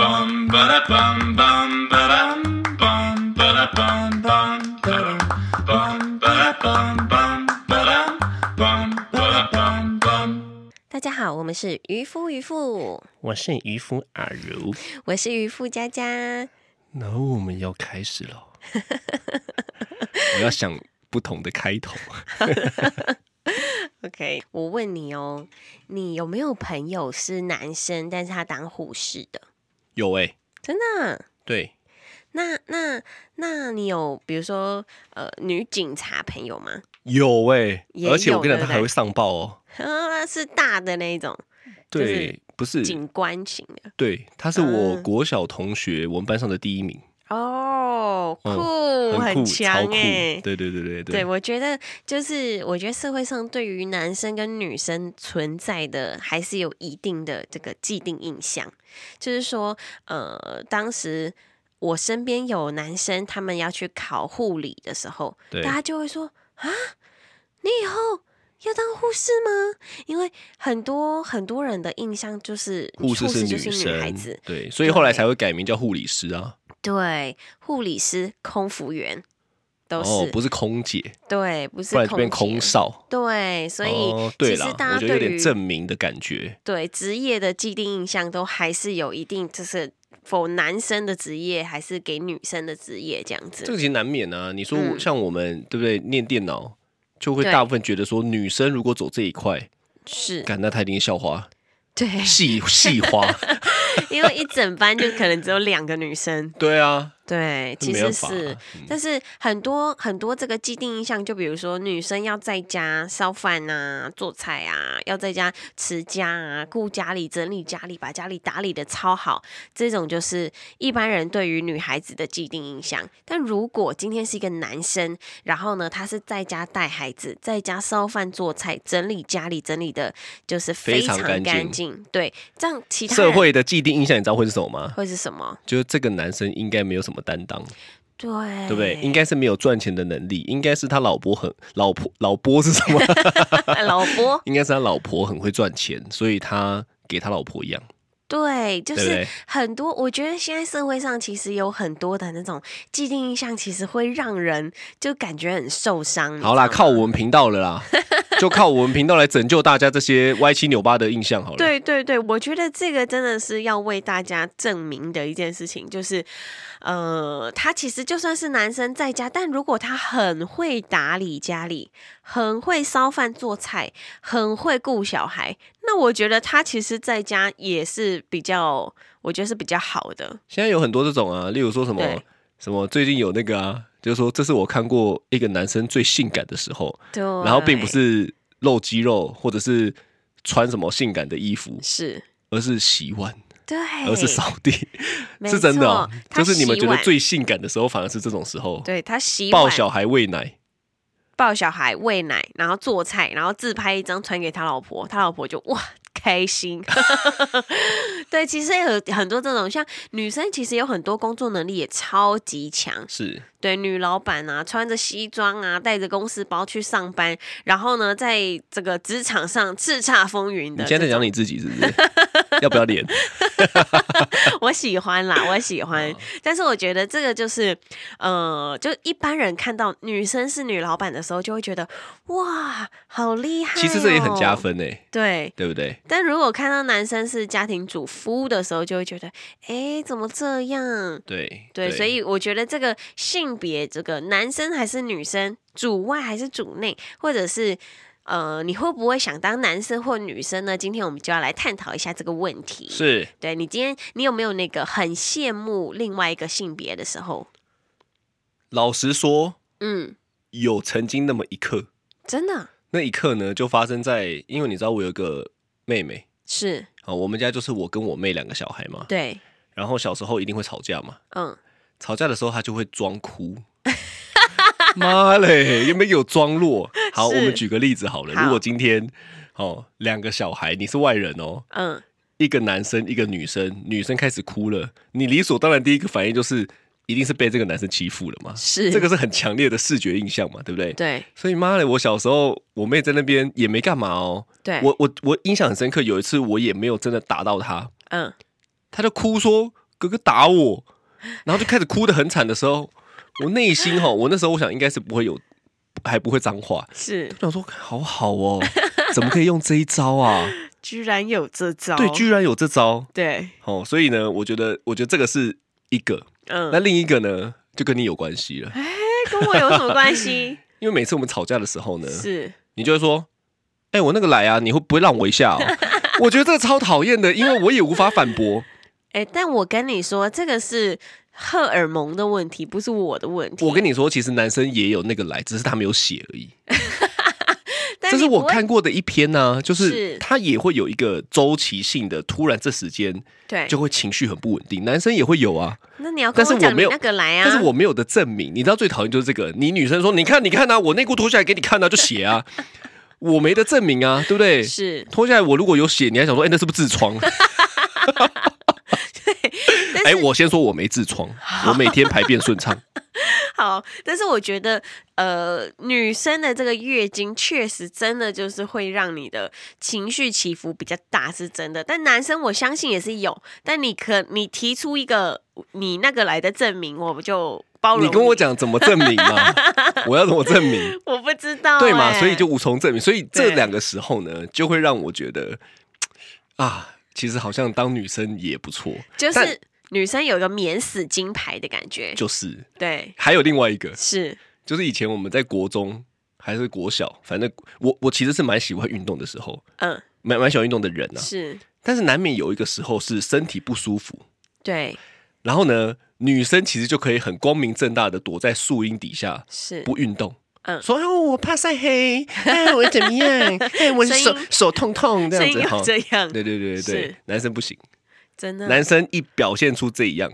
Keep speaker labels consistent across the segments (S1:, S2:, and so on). S1: bum ba da bum bum ba dum bum ba da bum bum ba dum bum ba da bum bum ba dum bum ba da bum bum.
S2: 大家好，我们是渔夫渔妇，
S3: 我是渔夫阿如，
S2: 我是渔夫佳佳。
S3: 然后我们要开始 了，我要想不同的开头。
S2: OK，我问你哦，你有没有朋友是男生，但是他当护士的？
S3: 有哎、
S2: 真的？
S3: 对，
S2: 那那那你有比如说呃女警察朋友吗？
S3: 有哎、
S2: 也
S3: 而且我跟你
S2: 有
S3: 讲，
S2: 对不
S3: 他还
S2: 对
S3: 会上报哦。
S2: 啊，是大的那一种就是
S3: 对，不是，
S2: 警官型的
S3: 对，他是我
S2: 嗯
S3: 国小同学，我们班上的第一名，
S2: 哦，酷，
S3: 很酷，
S2: 强
S3: 超酷。
S2: 哎、
S3: 对对对对
S2: 对，我觉得就是，我觉得社会上对于男生跟女生存在的还是有一定的这个既定印象，就是说，呃，当时我身边有男生，他们要去考护理的时候，
S3: 对
S2: 大家就会说啊，你以后。要当护士吗？因为很多很多人的印象就是
S3: 护士是女
S2: 就是
S3: 生，
S2: 女孩子，
S3: 对，所以后来
S2: 对
S3: 才会改名叫护理师啊。
S2: 对，护理师、空服员都是、
S3: 哦，不是空姐，
S2: 对，不是
S3: 不然就变
S2: 空姐
S3: 空少。
S2: 对，所以、
S3: 哦、对
S2: 其实
S3: 啦，
S2: 大
S3: 我
S2: 家
S3: 觉得有
S2: 对
S3: 点
S2: 于
S3: 证明的感觉。
S2: 对职业的既定印象都还是有一定，就是否男生的职业还是给女生的职业这样子。
S3: 这个其实难免啊。你说我
S2: 嗯
S3: 像我们、对不对？念电脑就会
S2: 对
S3: 大部分觉得说，女生如果走这一块，
S2: 是，
S3: 干那她一定是校花，
S2: 对，
S3: 系系 花。
S2: 因为一整班就可能只有两个女生。
S3: 对啊，
S2: 对，
S3: 那
S2: 其
S3: 没
S2: 实
S3: 办法啊
S2: 是，但是很多很多这个既定印象，就比如说女生要在家烧饭啊、做菜啊，要在家持家啊、顾家里、整理家里、把家里打理的超好，这种就是一般人对于女孩子的既定印象。但如果今天是一个男生，然后呢，他是在家带孩子，在家烧饭做菜、整理家里，整理的就是非
S3: 非
S2: 常
S3: 常干净
S2: 干净，对，这样其他
S3: 社
S2: 人
S3: 会的既定印象你知道会是什么吗？
S2: 会是什么？
S3: 就是这个男生应该没有什么担当，
S2: 对，
S3: 对不对？应该是没有赚钱的能力，应该是他老婆很老婆老婆是什 么？
S2: 该老婆。
S3: 应该是他老婆很会赚钱，所以他给他老婆养，
S2: 对，就
S3: 对不
S2: 是
S3: 对
S2: 很多，我觉得现在社会上其实有很多的那种既定印象，其实会让人就感觉很受伤。你
S3: 好啦，
S2: 知道
S3: 靠
S2: 吗
S3: 我们频道了 啦，就靠我们频道来拯救大家这些歪七扭八的印象好了。，
S2: 对对对，我觉得这个真的是要为大家证明的一件事情，就是，呃，他其实就算是男生在家，但如果他很会打理家里，很会烧饭做菜，很会顾小孩，那我觉得他其实在家也是比较，我觉得是比较好的。
S3: 现在有很多这种啊，例如说什么
S2: 对
S3: 什么，最近有那个啊，就是说这是我看过一个男生最性感的时候，
S2: 对，
S3: 然后并不是露肌肉或者是穿什么性感的衣服，
S2: 是。
S3: 而是洗碗，
S2: 对，
S3: 而是扫地，
S2: 哎没
S3: 是真的哦、
S2: 错他
S3: 就是你们
S2: 洗
S3: 觉得
S2: 碗
S3: 最性感的时候，反而是这种时候，
S2: 对他洗
S3: 抱
S2: 碗
S3: 小孩喂奶。
S2: 抱小孩、喂奶，然后做菜，然后自拍一张传给他老婆，他老婆就哇 开心。 对，其实有很多这种，像女生其实有很多工作能力也超级强，
S3: 是，
S2: 对，女老板啊，穿着西装啊，带着公司包去上班，然后呢，在这个职场上叱咤风云
S3: 你
S2: 的。
S3: 现在在讲你自己是不是？要不要 脸？
S2: 我喜欢 啦，我喜欢。但是我觉得这个就是，呃，就一般人看到女生是女老板的时候，就会觉得哇，好厉害、哦
S3: 其实这也很
S2: 哎
S3: 加。分呢、欸
S2: 对，
S3: 对不对？
S2: 但如果看到男生是家庭主夫的时候，就会觉得，哎，怎么这样？
S3: 对
S2: 对，所以我觉得这个性别，这个男生还是女生，主外还是主内，或者是呃，你会不会想当男生或女生呢？今天我们就要来探讨一下这个问题。
S3: 是
S2: 对你今天，你有没有那个很羡慕另外一个性别的时候？
S3: 老实说，
S2: 嗯，
S3: 有曾经那么一刻，
S2: 真的啊
S3: 那一刻呢，就发生在，因为你知道我有个妹妹
S2: 是
S3: 啊，我们家就是我跟我妹两个小孩嘛，
S2: 对，
S3: 然后小时候一定会吵架嘛，
S2: 嗯，
S3: 吵架的时候她就会装哭。 妈嘞，有没有装弱？好，我
S2: 是
S3: 们举个例子好了。
S2: 好
S3: 如果今天，哦，两个小孩，你是外人哦，
S2: 嗯，
S3: 一个男生，一个女生，女生开始哭了，你理所当然第一个反应就是，一定是被这个男生欺负了嘛？
S2: 是
S3: 这个是很强烈的视觉印象嘛，对不对？
S2: 对
S3: 所以妈嘞，我小时候我妹在那边也没干嘛哦，
S2: 对，
S3: 我我我印象很深刻，有一次我也没有真的打到她，
S2: 嗯
S3: 她就哭说哥哥打我，然后就开始哭得很惨的时候，我内心哈，我那时候我想应该是不会有，还不会脏话，
S2: 是，
S3: 我想说好好哦，怎么可以用这一招啊？
S2: 居然有这招，
S3: 对，居然有这招
S2: 对，
S3: 哦，所以呢，我觉得，我觉得这个是一个，那
S2: 嗯，
S3: 另一个呢，就跟你有关系了，
S2: 跟我有什么 关系？
S3: 因为每次我们吵架的时候呢，
S2: 是，
S3: 你就会说，哎、我那个来啊，你会不会让我一下、哦？ 我觉得这个超讨厌的，因为我也无法反驳。
S2: 哎，但我跟你说，这个是荷尔蒙的问题，不是我的问题。
S3: 我跟你说，其实男生也有那个来，只是他没有写而已。
S2: 但
S3: 这是
S2: 你不
S3: 我
S2: 会
S3: 看过的一篇呢、就是
S2: 是
S3: 他也会有一个周期性的，突然这时间
S2: 对，
S3: 就会情绪很不稳定，男生也会有啊。
S2: 那你要跟
S3: 但是
S2: 我
S3: 我
S2: 讲
S3: 没
S2: 你
S3: 有
S2: 那个来啊，
S3: 但是我没有的证明，你知道最讨厌就是这个，你女生说你看你看啊，我内裤脱下来给你看啊，就写啊，我没得证明啊，对不对？
S2: 是，
S3: 脱下来我如果有写，你还想说，哎、那是不是痔 疮？
S2: 但
S3: 哎、
S2: 是
S3: 我先说我没痔疮，我每天排便顺畅。
S2: 好，但是我觉得，呃，女生的这个月经确实真的就是会让你的情绪起伏比较大，是真的。但男生我相信也是有，但你可你提出一个你那个来的证明，我们就 包容。
S3: 你跟我，讲怎么证明嘛？ 我要怎么证明？
S2: 我不知道、
S3: 对嘛？
S2: 哎
S3: 所以就无从证明。所以这
S2: 对
S3: 两个时候呢，就会让我觉得啊，其实好像当女生也不错，
S2: 就
S3: 但
S2: 是女生有一个免死金牌的感觉，
S3: 就是
S2: 对，
S3: 还有另外一个，
S2: 是
S3: 就是以前我们在国中还是国小，反正我我其实是蛮喜欢运动的时候，
S2: 嗯
S3: 蛮蛮喜欢运动的人啊。
S2: 是，
S3: 但是难免有一个时候是身体不舒服，
S2: 对
S3: 然后呢，女生其实就可以很光明正大的躲在树荫底下
S2: 是
S3: 不运动。
S2: 嗯
S3: 说哦，我怕晒黑，哎，我怎么 样？哎，我
S2: 声音
S3: 手手痛痛这
S2: 所
S3: 样
S2: 以
S3: 子哈
S2: 有。这样，
S3: 对对对对对
S2: 是，嗯
S3: 男生不行，
S2: 真的
S3: 男生一表现出这一样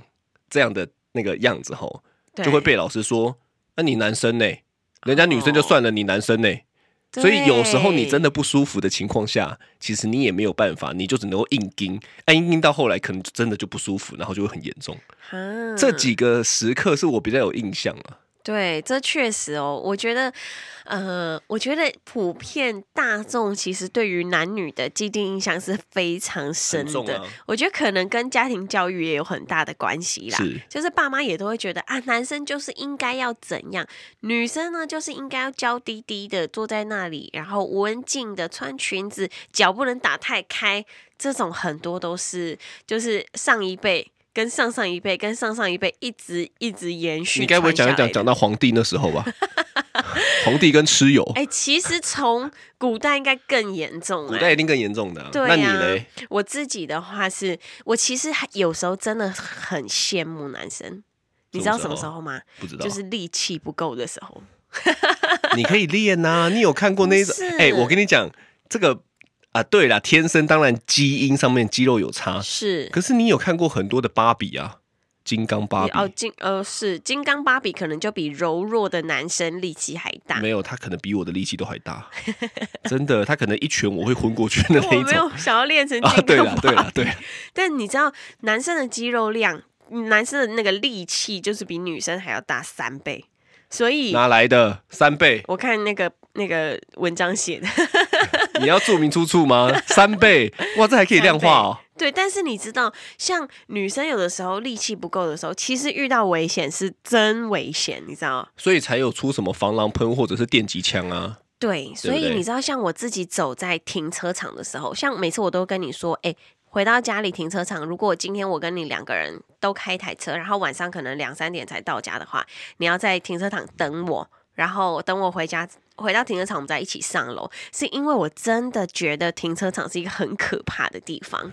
S3: 这样的那个样子吼，
S2: 对哦
S3: 就会被老师说，那、你男生呢？人家女生就算了，你男生呢？所以有时候你真
S2: 的
S3: 的不舒服的情况下，其实你也没有办法，你就只能够硬盯，哎，硬盯到后来可能就真的就不舒服，然后就会很严重。
S2: 啊
S3: 这几个时刻是我比较有印象啊，
S2: 对，这确实哦，我觉得，呃，我觉得普遍大众其实对于男女的既定印象是非常深
S3: 很重
S2: 的。
S3: 啊
S2: 我觉得可能跟家庭教育也有很大的关系啦。
S3: 是
S2: 就是爸妈也都会觉得啊，男生就是应该要怎样，女生呢就是应该要娇滴滴的坐在那里，然后文静的穿裙子，脚不能打太开，这种很多都是就是上一辈。跟上上一辈、跟上上一辈一直一直延续
S3: 你该
S2: 传下来的，
S3: 不会讲一讲讲到皇帝那时 候吧？皇帝跟蚩尤，
S2: 哎、其实从古代应该更严重、
S3: 古
S2: 哎。
S3: 代一定更严重的啊、
S2: 对、啊、
S3: 那你嘞？
S2: 我自己的话是，我其实还有时候真的很羡慕男生，你知道
S3: 什
S2: 什
S3: 么
S2: 么
S3: 时
S2: 时
S3: 候
S2: 候吗？
S3: 不知道，
S2: 就是力气不够的时候。
S3: 你可以练呐、你有看过那一种
S2: 不是？
S3: 哎、我跟你讲，这个啊，对啦，天生当然基因上面肌肉有差，
S2: 是，
S3: 可是你有看过很多的芭比啊，金刚芭
S2: 你哦，
S3: 比。
S2: 金呃是金刚芭比，可能就比柔弱的男生力气还大。
S3: 没有，他可能比我的力气都还大，真的，他可能一拳我会昏过去的那
S2: 我
S3: 一种
S2: 没有想要练成金
S3: 啊！
S2: 刚芭
S3: 对了，
S2: 比、
S3: 对了，对啦，
S2: 但你知道男生的肌肉量，嗯男生的那个力气就是比女生还要大三倍，所以
S3: 哪来的三倍？
S2: 我看那个那个文章写的，
S3: 你要注明出处吗？ 三倍，哇，这还可以量化哦。
S2: 对，但是你知道，像女生有的时候力气不够的时候，其实遇到危险是真危险，你知道？
S3: 所以才有出什么防狼喷或者是电击枪啊。
S2: 对，所以
S3: 对
S2: 你知道，像我自己走在停车场的时候，像每次我都跟你说，哎、回到家里停车场，如果今天我跟你两个人都开一台车，然后晚上可能两三点才到家的话，你要在停车场等我，然后等我回家。回到停车场，我们再一起上楼，是因为我真的觉得停车场是一个很可怕的地方。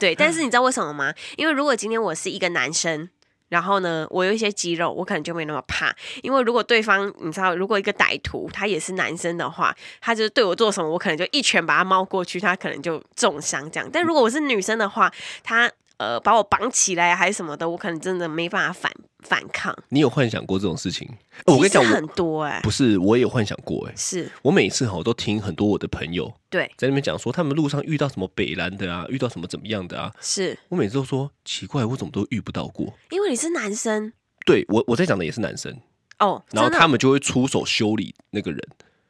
S2: 对，但是你知道为什么吗？因为如果今天我是一个男生，然后呢，我有一些肌肉，我可能就没那么怕。因为如果对方，你知道，如果一个歹徒他也是男生的话，他就是对我做什么，我可能就一拳把他猫过去，他可能就重伤这样。但如果我是女生的话，他呃把我绑起来还是什么的，我可能真的没办法反反抗。
S3: 你有幻想过这种事情？哦我跟你讲，
S2: 其实
S3: 我
S2: 很多哎、
S3: 不是，我也有幻想过哎、
S2: 是
S3: 我每次哈都听很多我的朋友
S2: 对，
S3: 在那边讲说，他们路上遇到什么北兰的啊，遇到什么怎么样的啊。
S2: 是
S3: 我每次都说奇怪，我怎么都遇不到过。
S2: 因为你是男生
S3: 对我我在讲的也是男生，
S2: 哦，
S3: 然后
S2: 真的
S3: 他们就会出手修理那个人。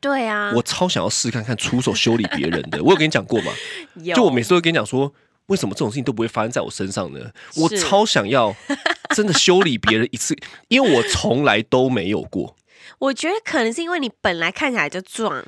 S2: 对啊，
S3: 我超想要试看看出手修理别人的。我有跟你讲过吗？
S2: 有
S3: 就我每次都会跟你讲说，为什么这种事情都不会发生在我身上呢？我
S2: 是
S3: 超想 要真的修理别人一次，因为我从来都没有过，
S2: 我觉得可能是因为你本来看起来就壮，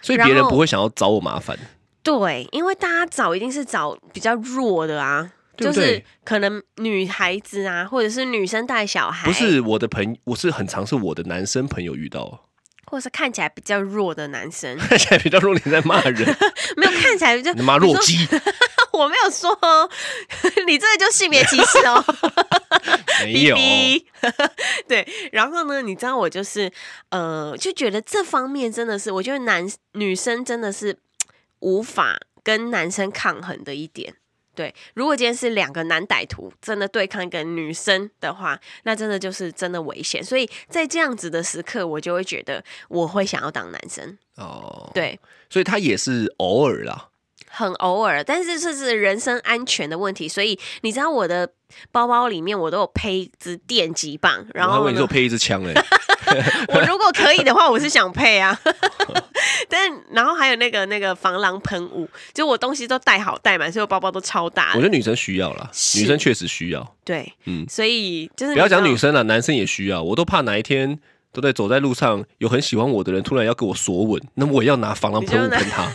S3: 所以
S2: 然
S3: 别人
S2: 后
S3: 不会想要找我麻烦。
S2: 对，因为大家找一定是找比较弱的啊，
S3: 对不
S2: 就
S3: 对
S2: 是可能女孩子啊，或者是女生带小孩，
S3: 不，是我的朋我是很常是我的男生朋友遇到，
S2: 或者是看起来比较弱的男生，
S3: 看起来比较弱，你在骂人，
S2: 没有看起来就
S3: 你妈
S2: 比如
S3: 弱
S2: 说
S3: 鸡，
S2: 我没有说哦， 你这个就性别歧视哦。
S3: 没有。
S2: 哔哔 对，然后呢，你知道我就是呃，就觉得这方面真的是，我觉得男女生真的是无法跟男生抗衡的一点。对，如果今天是两个男歹徒真的对抗一个女生的话，那真的就是真的危险。所以在这样子的时刻，我就会觉得我会想要当男生。
S3: 哦，，
S2: 对，
S3: 所以他也是偶尔啦，
S2: 很偶尔，但是这是人身安全的问题，所以你知道我的包包里面我都有配一支电击棒，然
S3: 我还以
S2: 后
S3: 为你
S2: 呢
S3: 说，配一支枪欸 嘞，
S2: 我如果可以的话，我是想配啊， 但然后还有那个那个防狼喷雾，就我东西都带好带满，所以我包包都超大
S3: 我觉得女生需要啦，
S2: 是
S3: 女生确实需要，
S2: 对，
S3: 嗯
S2: 所以就是
S3: 不要讲
S2: 你
S3: 女
S2: 知
S3: 生了，男生也需要，我都怕哪一天。都在走在路上，有很喜欢我的人突然要跟我索吻，那么我也要拿防狼喷雾
S2: 你就拿
S3: 喷他。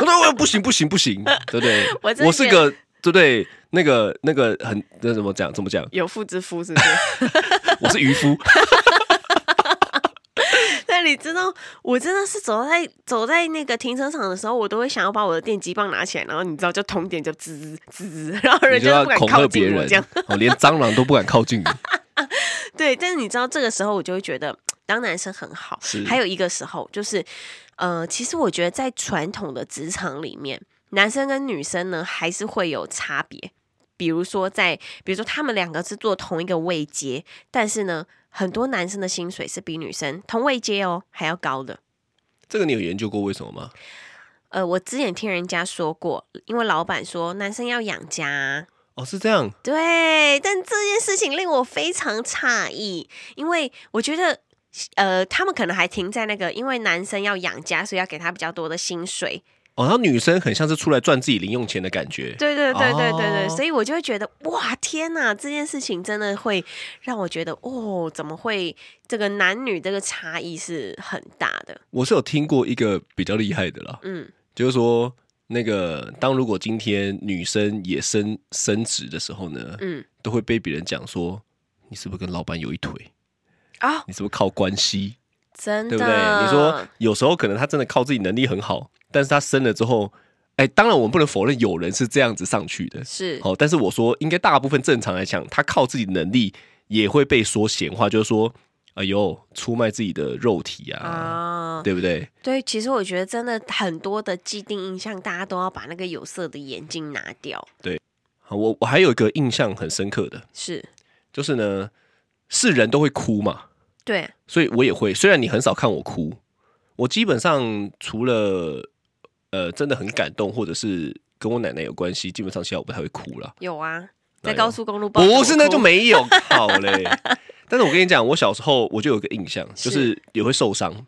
S3: 我说哦我不行不行不行，对不对？
S2: 我真的
S3: 我是
S2: 觉
S3: 个对不对？那个那个很那怎么讲怎么讲？
S2: 道有妇之夫是 不是？
S3: 我是渔夫，
S2: 但你知道，我真的是走在走在那个停车场的时候，我都会想要把我的电击棒拿起来，然后你知道就通电就滋滋滋，然后
S3: 你
S2: 人
S3: 就
S2: 家
S3: 要
S2: 都不敢
S3: 恐
S2: 靠
S3: 吓别
S2: 近我
S3: 人
S2: 这样。，
S3: 哦，连蟑螂都不敢靠近你。
S2: 对，但是你知道这个时候，我就会觉得当男生很好
S3: 是。
S2: 还有一个时候就是，呃，其实我觉得在传统的职场里面，男生跟女生呢还是会有差别。比如说在，比如说他们两个是做同一个位阶，但是呢，很多男生的薪水是比女生同位阶哦还要高的。
S3: 这个你有研究过为什么吗？
S2: 呃，我之前听人家说过，因为老板说男生要养家啊，
S3: 哦，是这样，
S2: 对，但这件事情令我非常诧异，因为我觉得，呃，他们可能还停在那个，因为男生要养家，所以要给他比较多的薪水。
S3: 哦，然后女生很像是出来赚自己零用钱的感觉。
S2: 对对对对对对，
S3: 哦
S2: 所以我就会觉得，哇，天哪，这件事情真的会让我觉得，哦，怎么会这个男女这个差异是很大的？
S3: 我是有听过一个比较厉害的啦，
S2: 嗯，
S3: 就是说那个当如果今天女生也升升职的时候呢，
S2: 嗯
S3: 都会被别人讲说你是不是跟老板有一腿，
S2: 啊、
S3: 你是不是靠关系，
S2: 真的，
S3: 对不对？你说有时候可能他真的靠自己能力很好，但是他升了之后，哎，当然我们不能否认有人是这样子上去的，
S2: 是
S3: 好，但是我说，应该大部分正常来讲，他靠自己能力也会被说闲话，就是说，哎呦，出卖自己的肉体啊，
S2: 啊，
S3: 对不对？
S2: 对，其实我觉得真的很多的既定印象，大家都要把那个有色的眼镜拿掉。
S3: 好我我还有一个印象很深刻的，
S2: 是，
S3: 就是呢，是人都会哭嘛，
S2: 对，
S3: 所以我也会。虽然你很少看我哭，我基本上除了呃真的很感动，或者是跟我奶奶有关系，基本上现在我不太会哭了。
S2: 有啊，
S3: 哪
S2: 在
S3: 有
S2: 高速公路暴
S3: 哎不是，
S2: 走
S3: 那
S2: 哭
S3: 就 没有好嘞。但是我跟你讲，我小时候我就有一个印象，就是
S2: 是
S3: 也会受伤，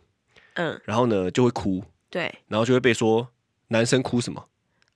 S2: 嗯，
S3: 然后呢就会哭，
S2: 对
S3: 然后就会被说男生哭什么？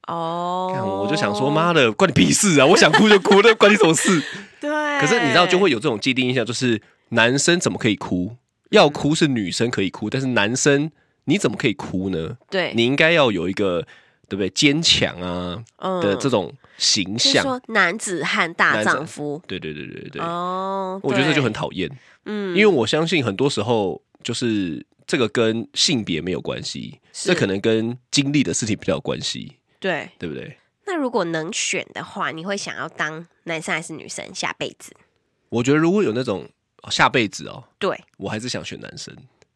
S3: 看
S2: 哦，
S3: 我就想说，妈的，关你屁事啊！我想哭就哭，那关你什么事？
S2: 对，
S3: 可是你知道，就会有这种既定印象，就是男生怎么可以哭？要哭是女生可以哭，但是男生你怎么可以哭呢？
S2: 对
S3: 你应该要有一个对不对坚强啊
S2: 嗯
S3: 的这种形
S2: 就是
S3: 象。
S2: 说男子汉大
S3: 男子
S2: 丈夫
S3: 对对对对对对，
S2: 哦，
S3: 我觉得这就
S2: 对
S3: 很讨厌，因
S2: 嗯，
S3: 为我相信很多时候就是这个跟性别没有关系，
S2: 是
S3: 这可能跟经历的事情比较有关系，
S2: 对。
S3: 对不对？
S2: 那如果能选的话，你会想要当男生还是女生？下辈子
S3: 我觉得如果有那种哦下辈子哦，
S2: 对
S3: 我还是想选男生。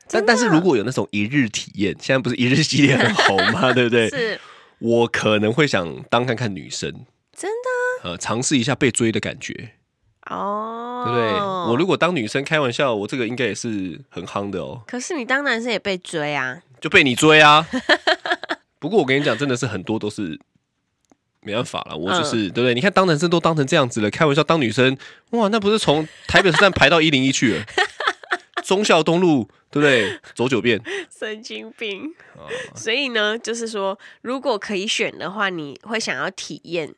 S3: 但
S2: 真的
S3: 但
S2: 啊
S3: 是如果有那种一日体验，现在不是一日系列很红 吗？对不对？
S2: 是
S3: 我可能会想当看看女生，
S2: 真啊
S3: 呃，尝试一下被追的感觉，
S2: 的哦，
S3: 对不对？我如果当女生开玩笑，我这个应该也是很夯的哦，
S2: 可是你当男生也被追啊，
S3: 就被你追 啊。不过我跟你讲，真的是很多都是没办法了，我
S2: 嗯
S3: 就是、对不对？你看当男生都当成这样子了，开玩笑当女生，哇，那不是从台北车站排到一零一 去了，忠孝东路，对不对？走九遍。
S2: 神经
S3: 哦
S2: 病。所以呢，就是说，如果可以选的话，你会想要体验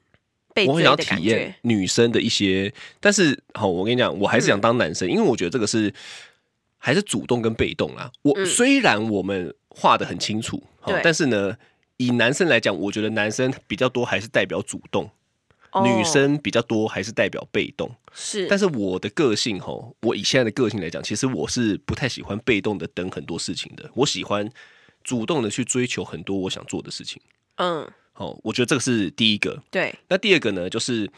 S2: 被
S3: 我很
S2: 追
S3: 想要
S2: 的
S3: 体
S2: 感
S3: 验
S2: 觉。
S3: 女生的一些，但是好，我跟你讲，我还是
S2: 嗯
S3: 想当男生，因为我觉得这个是还是主动跟被动啦。我、
S2: 嗯
S3: 虽然我们画的很清楚，好
S2: 对
S3: 但是呢，以男生来讲，我觉得男生比较多还是代表主动，
S2: 哦嗯
S3: 女生比较多还是代表被动。
S2: 是，
S3: 但
S2: 是
S3: 是我的个性吼，我以现在的个性来讲，其实我是不太喜欢被动的等很多事情的，我喜欢主动的去追求很多我想做的事情。
S2: 嗯，
S3: 哦，我觉得这个是第一个。
S2: 对，
S3: 那第二个呢，就是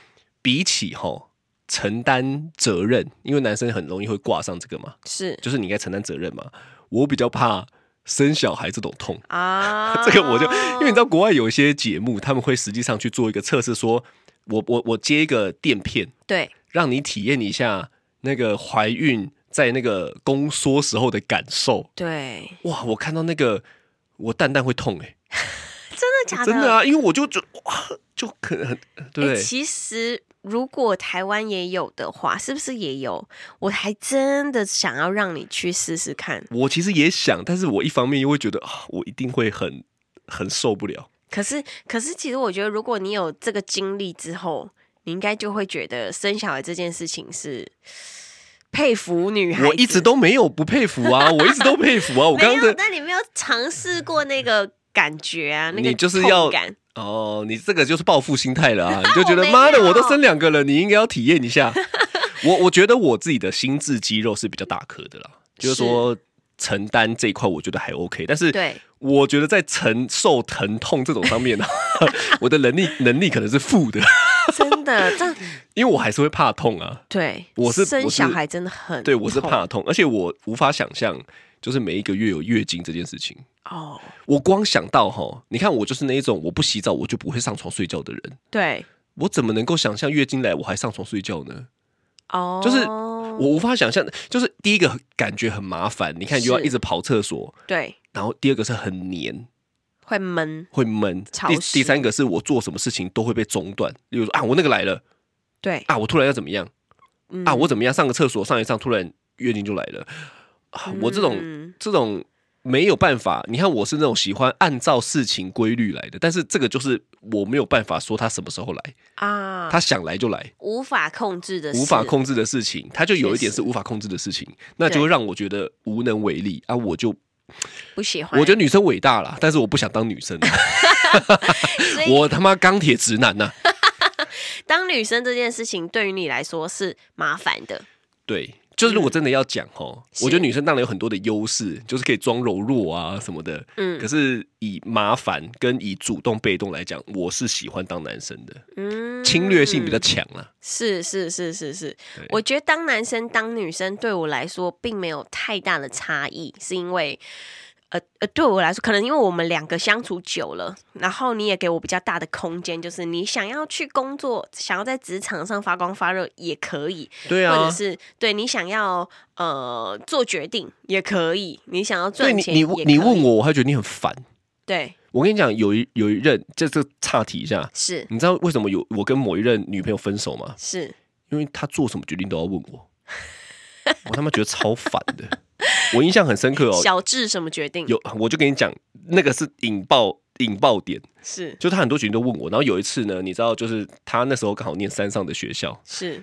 S3: 比起吼、承担责任，因为男生很容易会挂上这个嘛，
S2: 是
S3: 就是你应该承担责任嘛。我比较怕生小孩这种痛，
S2: 啊
S3: ，这个我就因为你知道国外有一些节目，他们会实际上去做一个测试说，我我我接一个垫片，
S2: 对，
S3: 让你体验一下那个怀孕在那个宫缩时候的感受。
S2: 对，
S3: 哇，我看到那个我蛋蛋会痛哎、
S2: 真的假
S3: 真的啊，因为我就就哇就可能很对不
S2: 欸
S3: 对？
S2: 其实如果台湾也有的话，是不是也有？我还真的想要让你去试试看。
S3: 我其实也想，但是我一方面又会觉得啊，我一定会很很受不了。
S2: 可是，可是，其实我觉得，如果你有这个经历之后，你应该就会觉得生小孩这件事情是佩服女孩子。
S3: 我一直都没有不佩服啊，我一直都佩服啊。我
S2: 没
S3: 刚刚
S2: 有，
S3: 的
S2: 但你没有尝试过那个感觉啊，那个
S3: 你就是要
S2: 痛感。
S3: 哦，你这个就是报复心态了啊！你就觉
S2: 我
S3: 得
S2: 没
S3: 妈的，
S2: 有
S3: 我都生两个了，你应该要体验一下。我我觉得我自己的心智肌肉是比较大颗的啦，就是说承担这一块，我觉得还 OK。但是
S2: 对，
S3: 我觉得在承受疼痛这种方面呢、 我的能力能力可能是负的，
S2: 真的，这
S3: 因为我还是会怕痛啊。
S2: 对，
S3: 我是
S2: 生
S3: 我是
S2: 小孩真的很
S3: 对我是
S2: 痛
S3: 怕痛，而且我无法想象，就是每一个月有月经这件事情。
S2: 哦，
S3: 我光想到哈，你看我就是那一种我不洗澡我就不会上床睡觉的人，
S2: 对
S3: 我怎么能够想象月经来我还上床睡觉呢？
S2: 哦，
S3: 就是我无法想象，就是第一个感觉很麻烦，你看又要
S2: 是
S3: 一直跑厕所，
S2: 对
S3: 然后第二个是很黏。
S2: 会闷，
S3: 会闷，
S2: 潮
S3: 第
S2: 湿
S3: 第三个是我做什么事情都会被中断，例如说啊我那个来了
S2: 对
S3: 啊我突然要怎么样
S2: 嗯
S3: 啊我怎么样上个厕所上一上突然月经就来了啊我这种
S2: 嗯
S3: 这种没有办法。你看，我是那种喜欢按照事情规律来的，但是这个就是我没有办法说他什么时候来，
S2: 啊，
S3: 他想来就来，
S2: 无法控制的，
S3: 无法，控制的事情，他就有一点
S2: 确实
S3: 是无法控制的事情，那就
S2: 对
S3: 会让我觉得无能为力啊！我就
S2: 不喜欢。
S3: 我觉得女生伟大啦，但是我不想当女生，
S2: 所以
S3: 我他妈钢铁直男呐、啊
S2: 当女生这件事情对于你来说是麻烦的，
S3: 对。就是如果真的要讲哦，
S2: 嗯是
S3: 我觉得女生当然有很多的优势，就是可以装柔弱啊什么的。
S2: 嗯
S3: 可是以麻烦跟以主动被动来讲，我是喜欢当男生的。
S2: 嗯，
S3: 侵略性比较强啊啦。
S2: 是是是是是
S3: 对，
S2: 我觉得当男生当女生对我来说并没有太大的差异，是因为。呃呃，对我来说，可能因为我们两个相处久了，然后你也给我比较大的空间，就是你想要去工作，想要在职场上发光发热也可以，
S3: 对
S2: 嗯
S3: 啊
S2: 或者是对你想要呃做决定也可以，你想要
S3: 对
S2: 赚
S3: 你
S2: 钱
S3: 你
S2: 也
S3: 你
S2: 可
S3: 问
S2: 以
S3: 我，我还觉得你很烦。
S2: 对
S3: 我跟你讲，有一有一任，这这岔题一下，
S2: 是
S3: 你知道为什么有我跟某一任女朋友分手吗？
S2: 是
S3: 因为她做什么决定都要问 我，我他妈觉得超烦的。我印象很深刻哦，
S2: 小智什么决定
S3: 有我就跟你讲，那个是引爆引爆点，
S2: 是
S3: 就她很多决定都问我。然后有一次呢，你知道，就是她那时候刚好念山上的学校，
S2: 是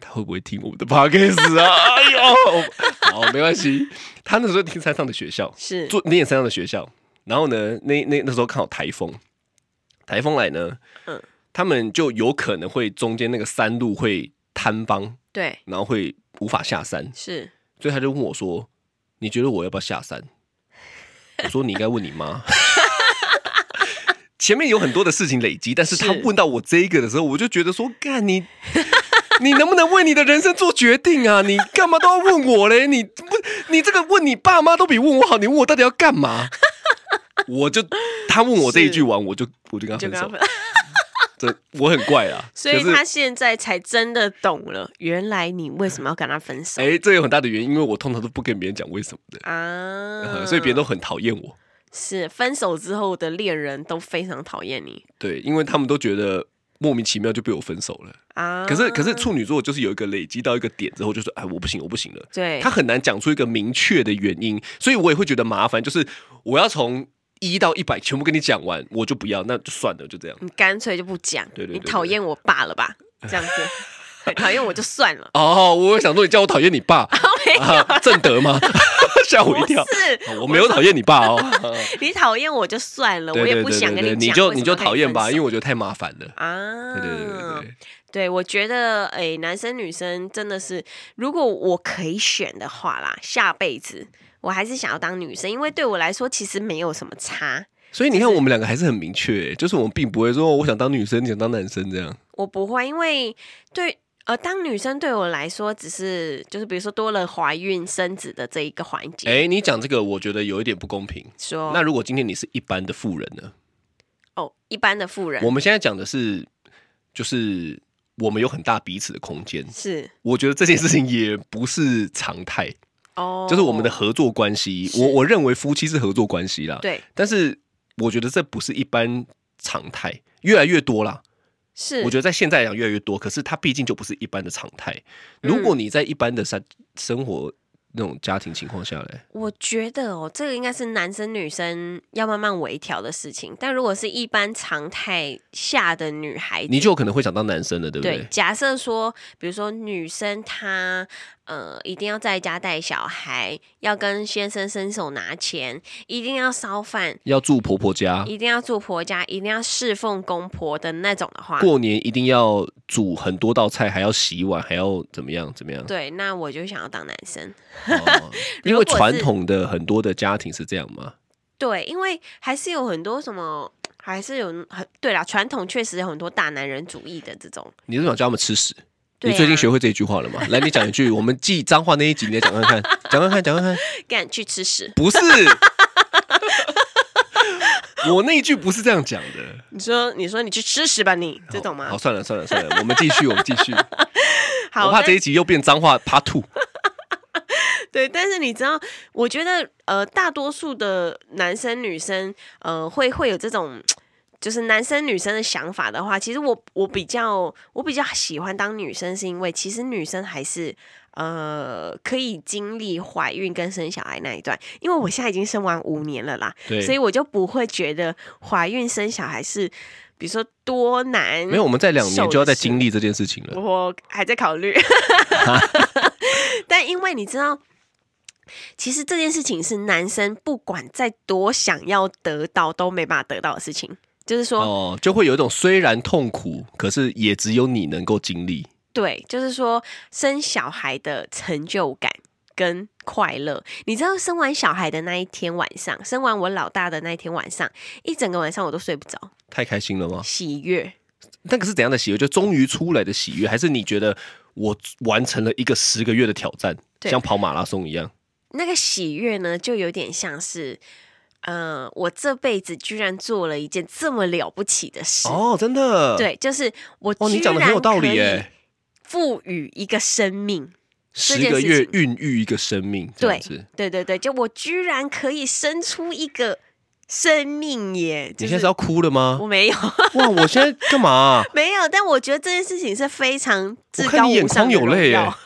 S3: 他会不会听我们的 podcast 啊？哎呦，好，没关系。他那时候听山上的学校，
S2: 是
S3: 做念山上的学校，然后呢，那那那时候刚好台风，台风来呢，
S2: 嗯
S3: 他们就有可能会中间那个山路会坍方，
S2: 对
S3: 然后会无法下山，
S2: 是
S3: 所以他就问我说：“你觉得我要不要下山？”我说：“你应该问你妈。” 前面有很多的事情累积，但是他
S2: 是
S3: 问到我这一个的时候，我就觉得说：“干你，你能不能为你的人生做决定啊？你干嘛都要问我嘞？你不，你这个问你爸妈都比问我好，你问我到底要干嘛？”我就他问我这一句完，我就我就跟他分
S2: 就跟他
S3: 手
S2: 分。
S3: 这我很怪啊，
S2: 所以
S3: 可是
S2: 他现在才真的懂了，原来你为什么要跟他分手、
S3: 哎、这有很大的原因，因为我通常都不跟别人讲为什么的，
S2: 啊
S3: 呃？所以别人都很讨厌我。
S2: 是分手之后的恋人都非常讨厌你
S3: 对，因为他们都觉得莫名其妙就被我分手了。
S2: 啊。
S3: 可是，可是处女座就是有一个累积到一个点之后，就说：“哎，我不行，我不行了。”
S2: 对
S3: 他很难讲出一个明确的原因，所以我也会觉得麻烦。就是我要从一到一百全部跟你讲完，我就不要，那就算了，就这样。
S2: 你干脆就不讲，
S3: 对对
S2: 你
S3: 对
S2: 讨
S3: 对
S2: 厌我爸了吧？这 样子，对讨厌我就算了。
S3: 哦，我想说你叫我讨厌你 爸
S2: 哦
S3: 啊？正德吗？ 吓 我一跳。
S2: 是
S3: 哦我没有讨厌你爸哦，
S2: 你讨厌我就算了，
S3: 对
S2: 我也
S3: 对
S2: 不
S3: 对
S2: 想
S3: 对对，
S2: 跟讲，
S3: 你
S2: 你
S3: 就你就讨厌吧，因为
S2: 为
S3: 我觉得太麻烦了。
S2: 啊，
S3: 对对对对对，
S2: 对，我觉得诶、男生女生真的是，如果我可以选的话啦，下辈子我还是想要当女生，因为对我来说其实没有什么差，
S3: 所以你看我们两个还是很明确，就是我们并不会说哦我想当女生，你想当男生这样。
S2: 我不会，因为对。呃，当女生对我来说，只是就是比如说多了怀孕生子的这一个环节，
S3: 哎，你讲这个我觉得有一点不公平。
S2: 说
S3: 那如果今天你是一般的富人呢？
S2: 哦，一般的妇人
S3: 我们现在讲的是，就是我们有很大彼此的空间。
S2: 是
S3: 我觉得这件事情也不是常态，
S2: 哦，
S3: 就是我们的合作关系。我我认为夫妻是合作关系啦，
S2: 对
S3: 但是我觉得这不是一般常态，越来越多啦。
S2: 是，
S3: 我觉得在现在讲越来越多，可是它毕竟就不是一般的常态。
S2: 嗯
S3: 如果你在一般的生生活那种家庭情况下嘞，
S2: 我觉得哦，这个应该是男生女生要慢慢微调的事情。但如果是一般常态下的女孩子，
S3: 你就有可能会想当男生了，对不
S2: 对
S3: 对？
S2: 假设说，比如说女生她呃一定要在家带小孩，要跟先生伸手拿钱，一定要烧饭，
S3: 要住婆婆家，
S2: 一定要住婆家，一定要侍奉公婆的那种的话，
S3: 过年一定要煮很多道菜，还要洗碗，还要怎么样怎么样？
S2: 对，那我就想要当男生。
S3: 哦因
S2: 如
S3: 为
S2: 果是
S3: 传统的很多的家庭是这样嘛，
S2: 对，因为还是有很多什么，还是有很对啦，传统确实有很多大男人主义的这种。
S3: 你是想叫他们吃屎？
S2: 对
S3: 你最近
S2: 啊
S3: 学会这一句话了 吗？来，你讲一句，我们记脏话那一集，你来讲看看，讲看看，讲看看，
S2: 干去吃屎！
S3: 不 是。我那一句不是这样讲的，
S2: 你说，你说你去吃屎吧你，这种
S3: 好，
S2: 吗？
S3: 算了算了算了，我们继续，我们继续。我
S2: 好，嗯
S3: 怕
S2: 但
S3: 这一集又变脏话 Part Two。
S2: 对，但是你知道，我觉得呃，大多数的男生女生呃，会会有这种。就是男生女生的想法的话，其实我我比较我比较喜欢当女生，是因为其实女生还是呃可以经历怀孕跟生小孩那一段，因为我现在已经生完五年了啦，
S3: 对
S2: 所以我就不会觉得怀孕生小孩是比如说多难，
S3: 没有，我们在两
S2: 手
S3: 年
S2: 的
S3: 就要再
S2: 事
S3: 经历这件事情 了。
S2: 我还在 考虑，但因为你知道，其实这件事情是男生不管再多想要得到都没办法得到的事情，就是说，
S3: 哦，就会有一种虽然痛苦，可是也只有你能够经历。
S2: 对，就是说生小孩的成就感。跟快乐，你知道生完小孩的那一天晚上，生完我老大的那一天晚上，一整个晚上我都睡不着，
S3: 太开心了吗？
S2: 喜悦。
S3: 那个是怎样的喜悦？就终于出来的喜悦，还是你觉得我完成了一个十个月的挑战，
S2: 对
S3: 像跑马拉松一样？
S2: 那个喜悦呢，就有点像是，呃，我这辈子居然做了一件这么了不起的事。
S3: 哦，真的，，
S2: 对，就是我
S3: 哦，你讲的很有道理耶。。
S2: 赋予一个生命，这
S3: 十
S2: 件
S3: 个
S2: 事
S3: 月
S2: 情
S3: 孕育一个生命，这样
S2: 对
S3: 子。，
S2: 对对对，就我居然可以生出一个生命耶！就
S3: 你现在是要哭了吗
S2: 我？没有
S3: 哇，我现在干嘛 啊、
S2: 没有，但我觉得这件事情是非常
S3: 我
S2: 至
S3: 看
S2: 高
S3: 你眼
S2: 无
S3: 眶
S2: 上的
S3: 有泪
S2: 荣
S3: 耶
S2: 耀，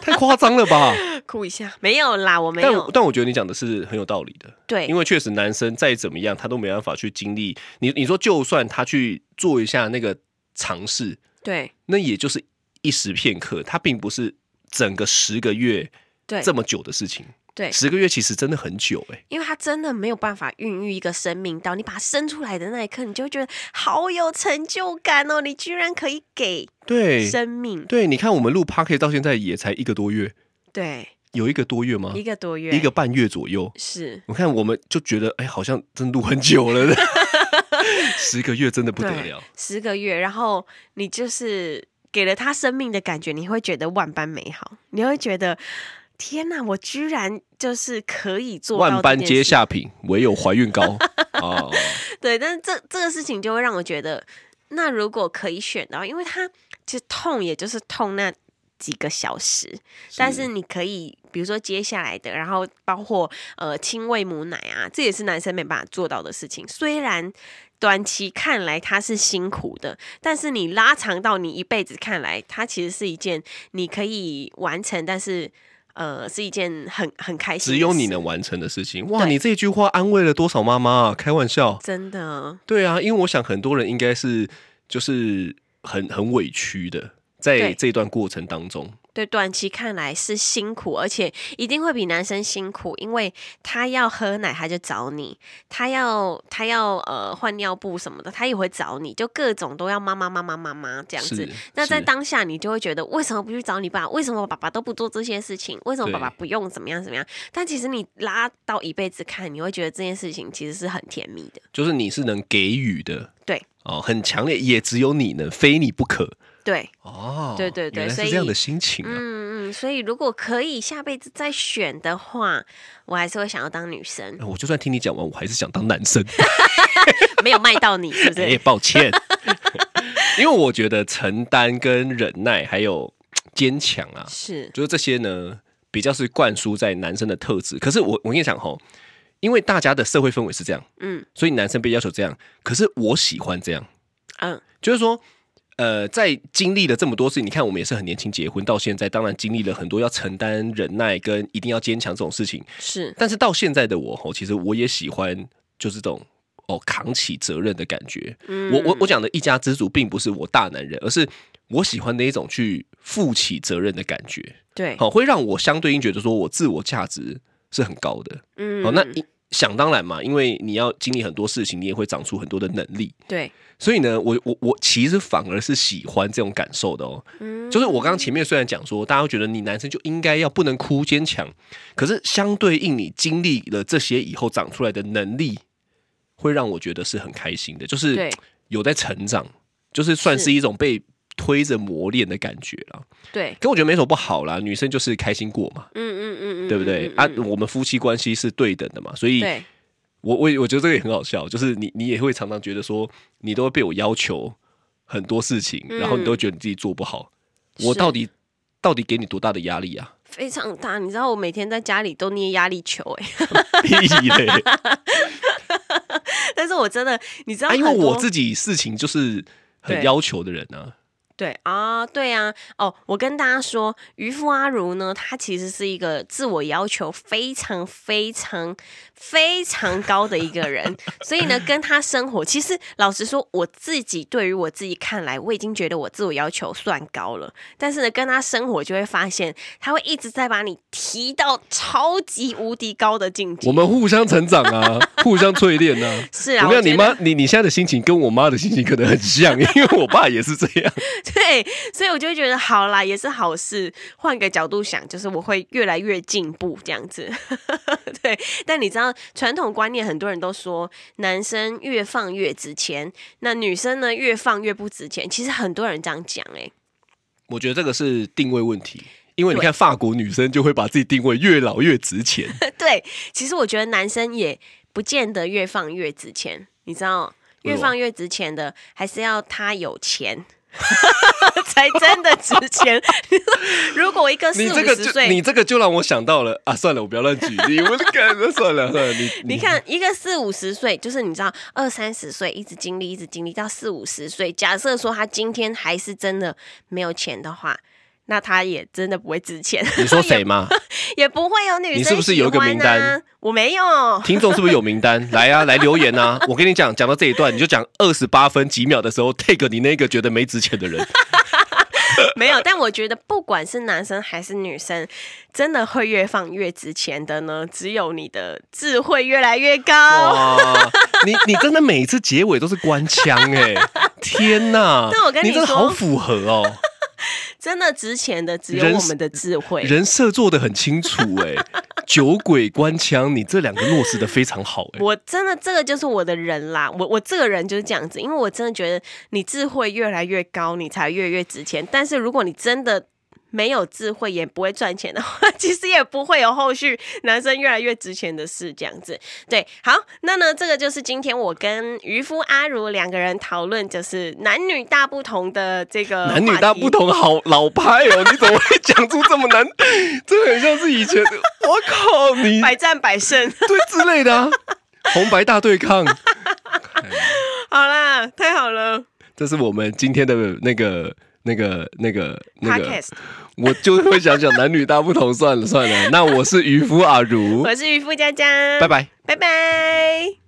S3: 太夸张了吧？
S2: 哭一下没有啦，我没
S3: 但
S2: 有。
S3: 但我觉得你讲的是很有道理的。
S2: 对，
S3: 因为确实男生再怎么样，他都没办法去经历。你你说，就算他去做一下那个尝试，
S2: 对
S3: 那也就是一时片刻，他并不是整个十个月
S2: 对
S3: 这么久的事情。
S2: 对，
S3: 十个月其实真的很久哎、
S2: 因为它真的没有办法孕育一个生命到你把它生出来的那一刻，你就会觉得好有成就感哦！你居然可以给
S3: 对
S2: 生命，
S3: 对，你看我们录 p a r k 到现在也才一个多月，
S2: 对，
S3: 有一个多月吗
S2: 一？个多月，
S3: 一个半月左右。
S2: 是
S3: 我看我们就觉得，哎，好像真录很久 了，十个月真的不得
S2: 对
S3: 了。
S2: 十个月，然后你就是给了他生命的感觉，你会觉得万般美好，你会觉得天哪，我居然就是可以做到
S3: 万般
S2: 这件
S3: 皆
S2: 事
S3: 下品，唯有怀孕 高哦，
S2: 对，但是这这个事情就会让我觉得，那如果可以选的话，因为它其实痛也就是痛那几个小时，但是你可以比如说接下来的，然后包括呃亲喂母奶啊，这也是男生没办法做到的事情。虽然短期看来它是辛苦的，但是你拉长到你一辈子看来，它其实是一件你可以完成，但是。呃是一件很很开心，
S3: 只有你，能完成的事情。哇，
S2: 对
S3: 你这一句话安慰了多少妈妈啊？开玩笑，
S2: 真的，
S3: 对啊，因为我想很多人应该是就是很很委屈的，在
S2: 对
S3: 这段过程当中，
S2: 对短期看来是辛苦，而且一定会比男生辛苦，因为他要喝奶他就找你，他要他要呃换尿布什么的，他也会找你，就各种都要妈妈妈妈妈妈这样子
S3: 是。
S2: 那在
S3: 是
S2: 当下，你就会觉得为什么不去找你爸？为什么爸爸都不做这些事情？为什么
S3: 对
S2: 爸爸不用怎么样怎么样？但其实你拉到一辈子看，你会觉得这件事情其实是很甜蜜的。
S3: 就是你是能给予的，
S2: 对
S3: 哦，很强烈，也只有你能，非你不可
S2: 对，
S3: 哦。
S2: 对对对
S3: 原来
S2: 所
S3: 是
S2: 以
S3: 这样的心情啊。
S2: 嗯嗯，所以如果可以下辈子再选的话，我还是会想要当女 生。
S3: 我就算听你讲完，我还是想当男生。
S2: 没有卖到你，是不
S3: 哎、
S2: 是？
S3: 抱歉，因为我觉得承担、跟忍耐还有坚强啊，
S2: 是，
S3: 就是这些呢，比较是灌输在男生的特质。可是我我跟你讲吼，因为大家的社会氛围是这样，
S2: 嗯
S3: 所以男生被要求这样。可是我喜欢这样，
S2: 嗯，
S3: 就是说，呃，在经历了这么多事情，你看我们也是很年轻结婚，到现在当然经历了很多要承担、忍耐跟一定要坚强这种事情。
S2: 是
S3: 但是到现在的我吼，其实我也喜欢就是这种哦扛起责任的感觉。
S2: 嗯
S3: 我我我讲的一家之主，并不是我大男人，而是我喜欢的一种去负起责任的感觉。
S2: 对，
S3: 好，会让我相对应觉得说我自我价值是很高的。
S2: 嗯
S3: 好，那一想当然嘛，因为你要经历很多事情，你也会长出很多的能力。
S2: 对，
S3: 所以呢，我我我其实反而是喜欢这种感受的哦。
S2: 嗯
S3: 就是我刚刚前面虽然讲说，大家会觉得你男生就应该要不能哭坚强，可是相对应你经历了这些以后长出来的能力，会让我觉得是很开心的，就是
S2: 对
S3: 有在成长，就是算
S2: 是
S3: 是一种被推着磨练的感觉啦。
S2: 对，
S3: 可我觉得没什么不好啦，女生就是开心过嘛，
S2: 嗯嗯嗯嗯，
S3: 对不对
S2: 嗯？
S3: 啊
S2: 嗯，
S3: 我们夫妻关系是对等的嘛，所以
S2: 对，
S3: 我我也我觉得这个也很好笑，就是你你也会常常觉得说，你都会被我要求很多事情，
S2: 嗯
S3: 然后你都觉得你自己做不好，
S2: 是
S3: 我到底到底给你多大的压力啊？
S2: 非常大。你知道我每天在家里都捏压力球哎、
S3: 屁嘞！
S2: 但是我真的，你知道
S3: 啊，
S2: 很
S3: 因
S2: 多，
S3: 为我自己事情就是很
S2: 对
S3: 要求的人啊，
S2: 对啊，对啊，哦，我跟大家说，渔夫阿如呢，他其实是一个自我要求非常非常非常高的一个人，所以呢，跟他生活，其实老实说，我自己对于我自己看来，我已经觉得我自我要求算高了，但是呢，跟他生活就会发现，他会一直在把你提到超级无敌高的境界
S3: 我。们互相成长 啊，互相淬炼啊。
S2: 是啊，
S3: 我跟
S2: 觉
S3: 你讲你
S2: 得
S3: 妈，你你现在的心情跟我妈的心情可能很像， 因为我爸也是这样。
S2: 对，所以我就会觉得好啦，也是好事。换个角度想，就是我会越来越进步这样子。 对，但你知道传统观念，很多人都说男生越放越值钱，那女生呢越放越不值钱。其实很多人这样讲、欸，
S3: 我觉得这个是定位问题，因为你看法国女生就会把自己定位越老越值 钱。
S2: 对，其实我觉得男生也不见得越放越值钱，你知道。
S3: 为
S2: 越
S3: 什么
S2: 放越值钱的，还是要他有钱 才真的值钱。 如果一个四
S3: 你
S2: 五
S3: 这个
S2: 十
S3: 就
S2: 岁，
S3: 你这个就让我想到了啊！算了，我不要乱举 例，我就感觉算了算了。你
S2: 你看，一个四五十岁，就是你知道二三十岁一直经历，一直经历到四五十岁。假设说他今天还是真的没有钱的话，那他也真的不会值钱，
S3: 你说谁嘛？
S2: 也不会有女生、啊
S3: 你是不是有一个名单？
S2: 我没有。
S3: 听众是不是有名 单？来啊，来留言啊！我跟你讲，讲到这一段，你就讲二十八分几秒的时候，take 你那个觉得没值钱的 人。
S2: 没有，但我觉得不管是男生还是女生，真的会越放越值钱的呢，只有你的智慧越来越高。
S3: 哇，你你真的每次结尾都是官腔 哎、天哪！
S2: 但我跟
S3: 你
S2: 你
S3: 真的好
S2: 说
S3: 符合哦，
S2: 真的值钱的只有
S3: 人
S2: 我
S3: 是
S2: 们的智慧。
S3: 人设做的很清 楚哎、酒鬼官腔，你这两个落实的非常好哎、
S2: 我真的这个就是我的人啦，我我这个人就是这样子，因为我真的觉得你智慧越来越高，你才越来越值钱。但是如果你真的没有智慧，也不会赚钱的话，其实也不会有后续男生越来越值钱的事这样子。对，好，那呢，这个就是今天我跟渔夫阿如两个人讨论，就是男女大不同的这个
S3: 男女
S2: 话
S3: 大
S2: 题
S3: 不。同，好老派哦！你怎么会讲出这么难？ 这很像是以前的，我靠你，
S2: 百战百胜，
S3: 对之类的啊，红白大对抗，
S2: 好啦，太好了
S3: 这是我们今天的那个、那个、那个、那个
S2: Podcast，
S3: 我就会想想男女大不 同，算了算了，那我是渔夫阿如，
S2: 我是渔夫佳佳，
S3: 拜，拜。
S2: 拜拜。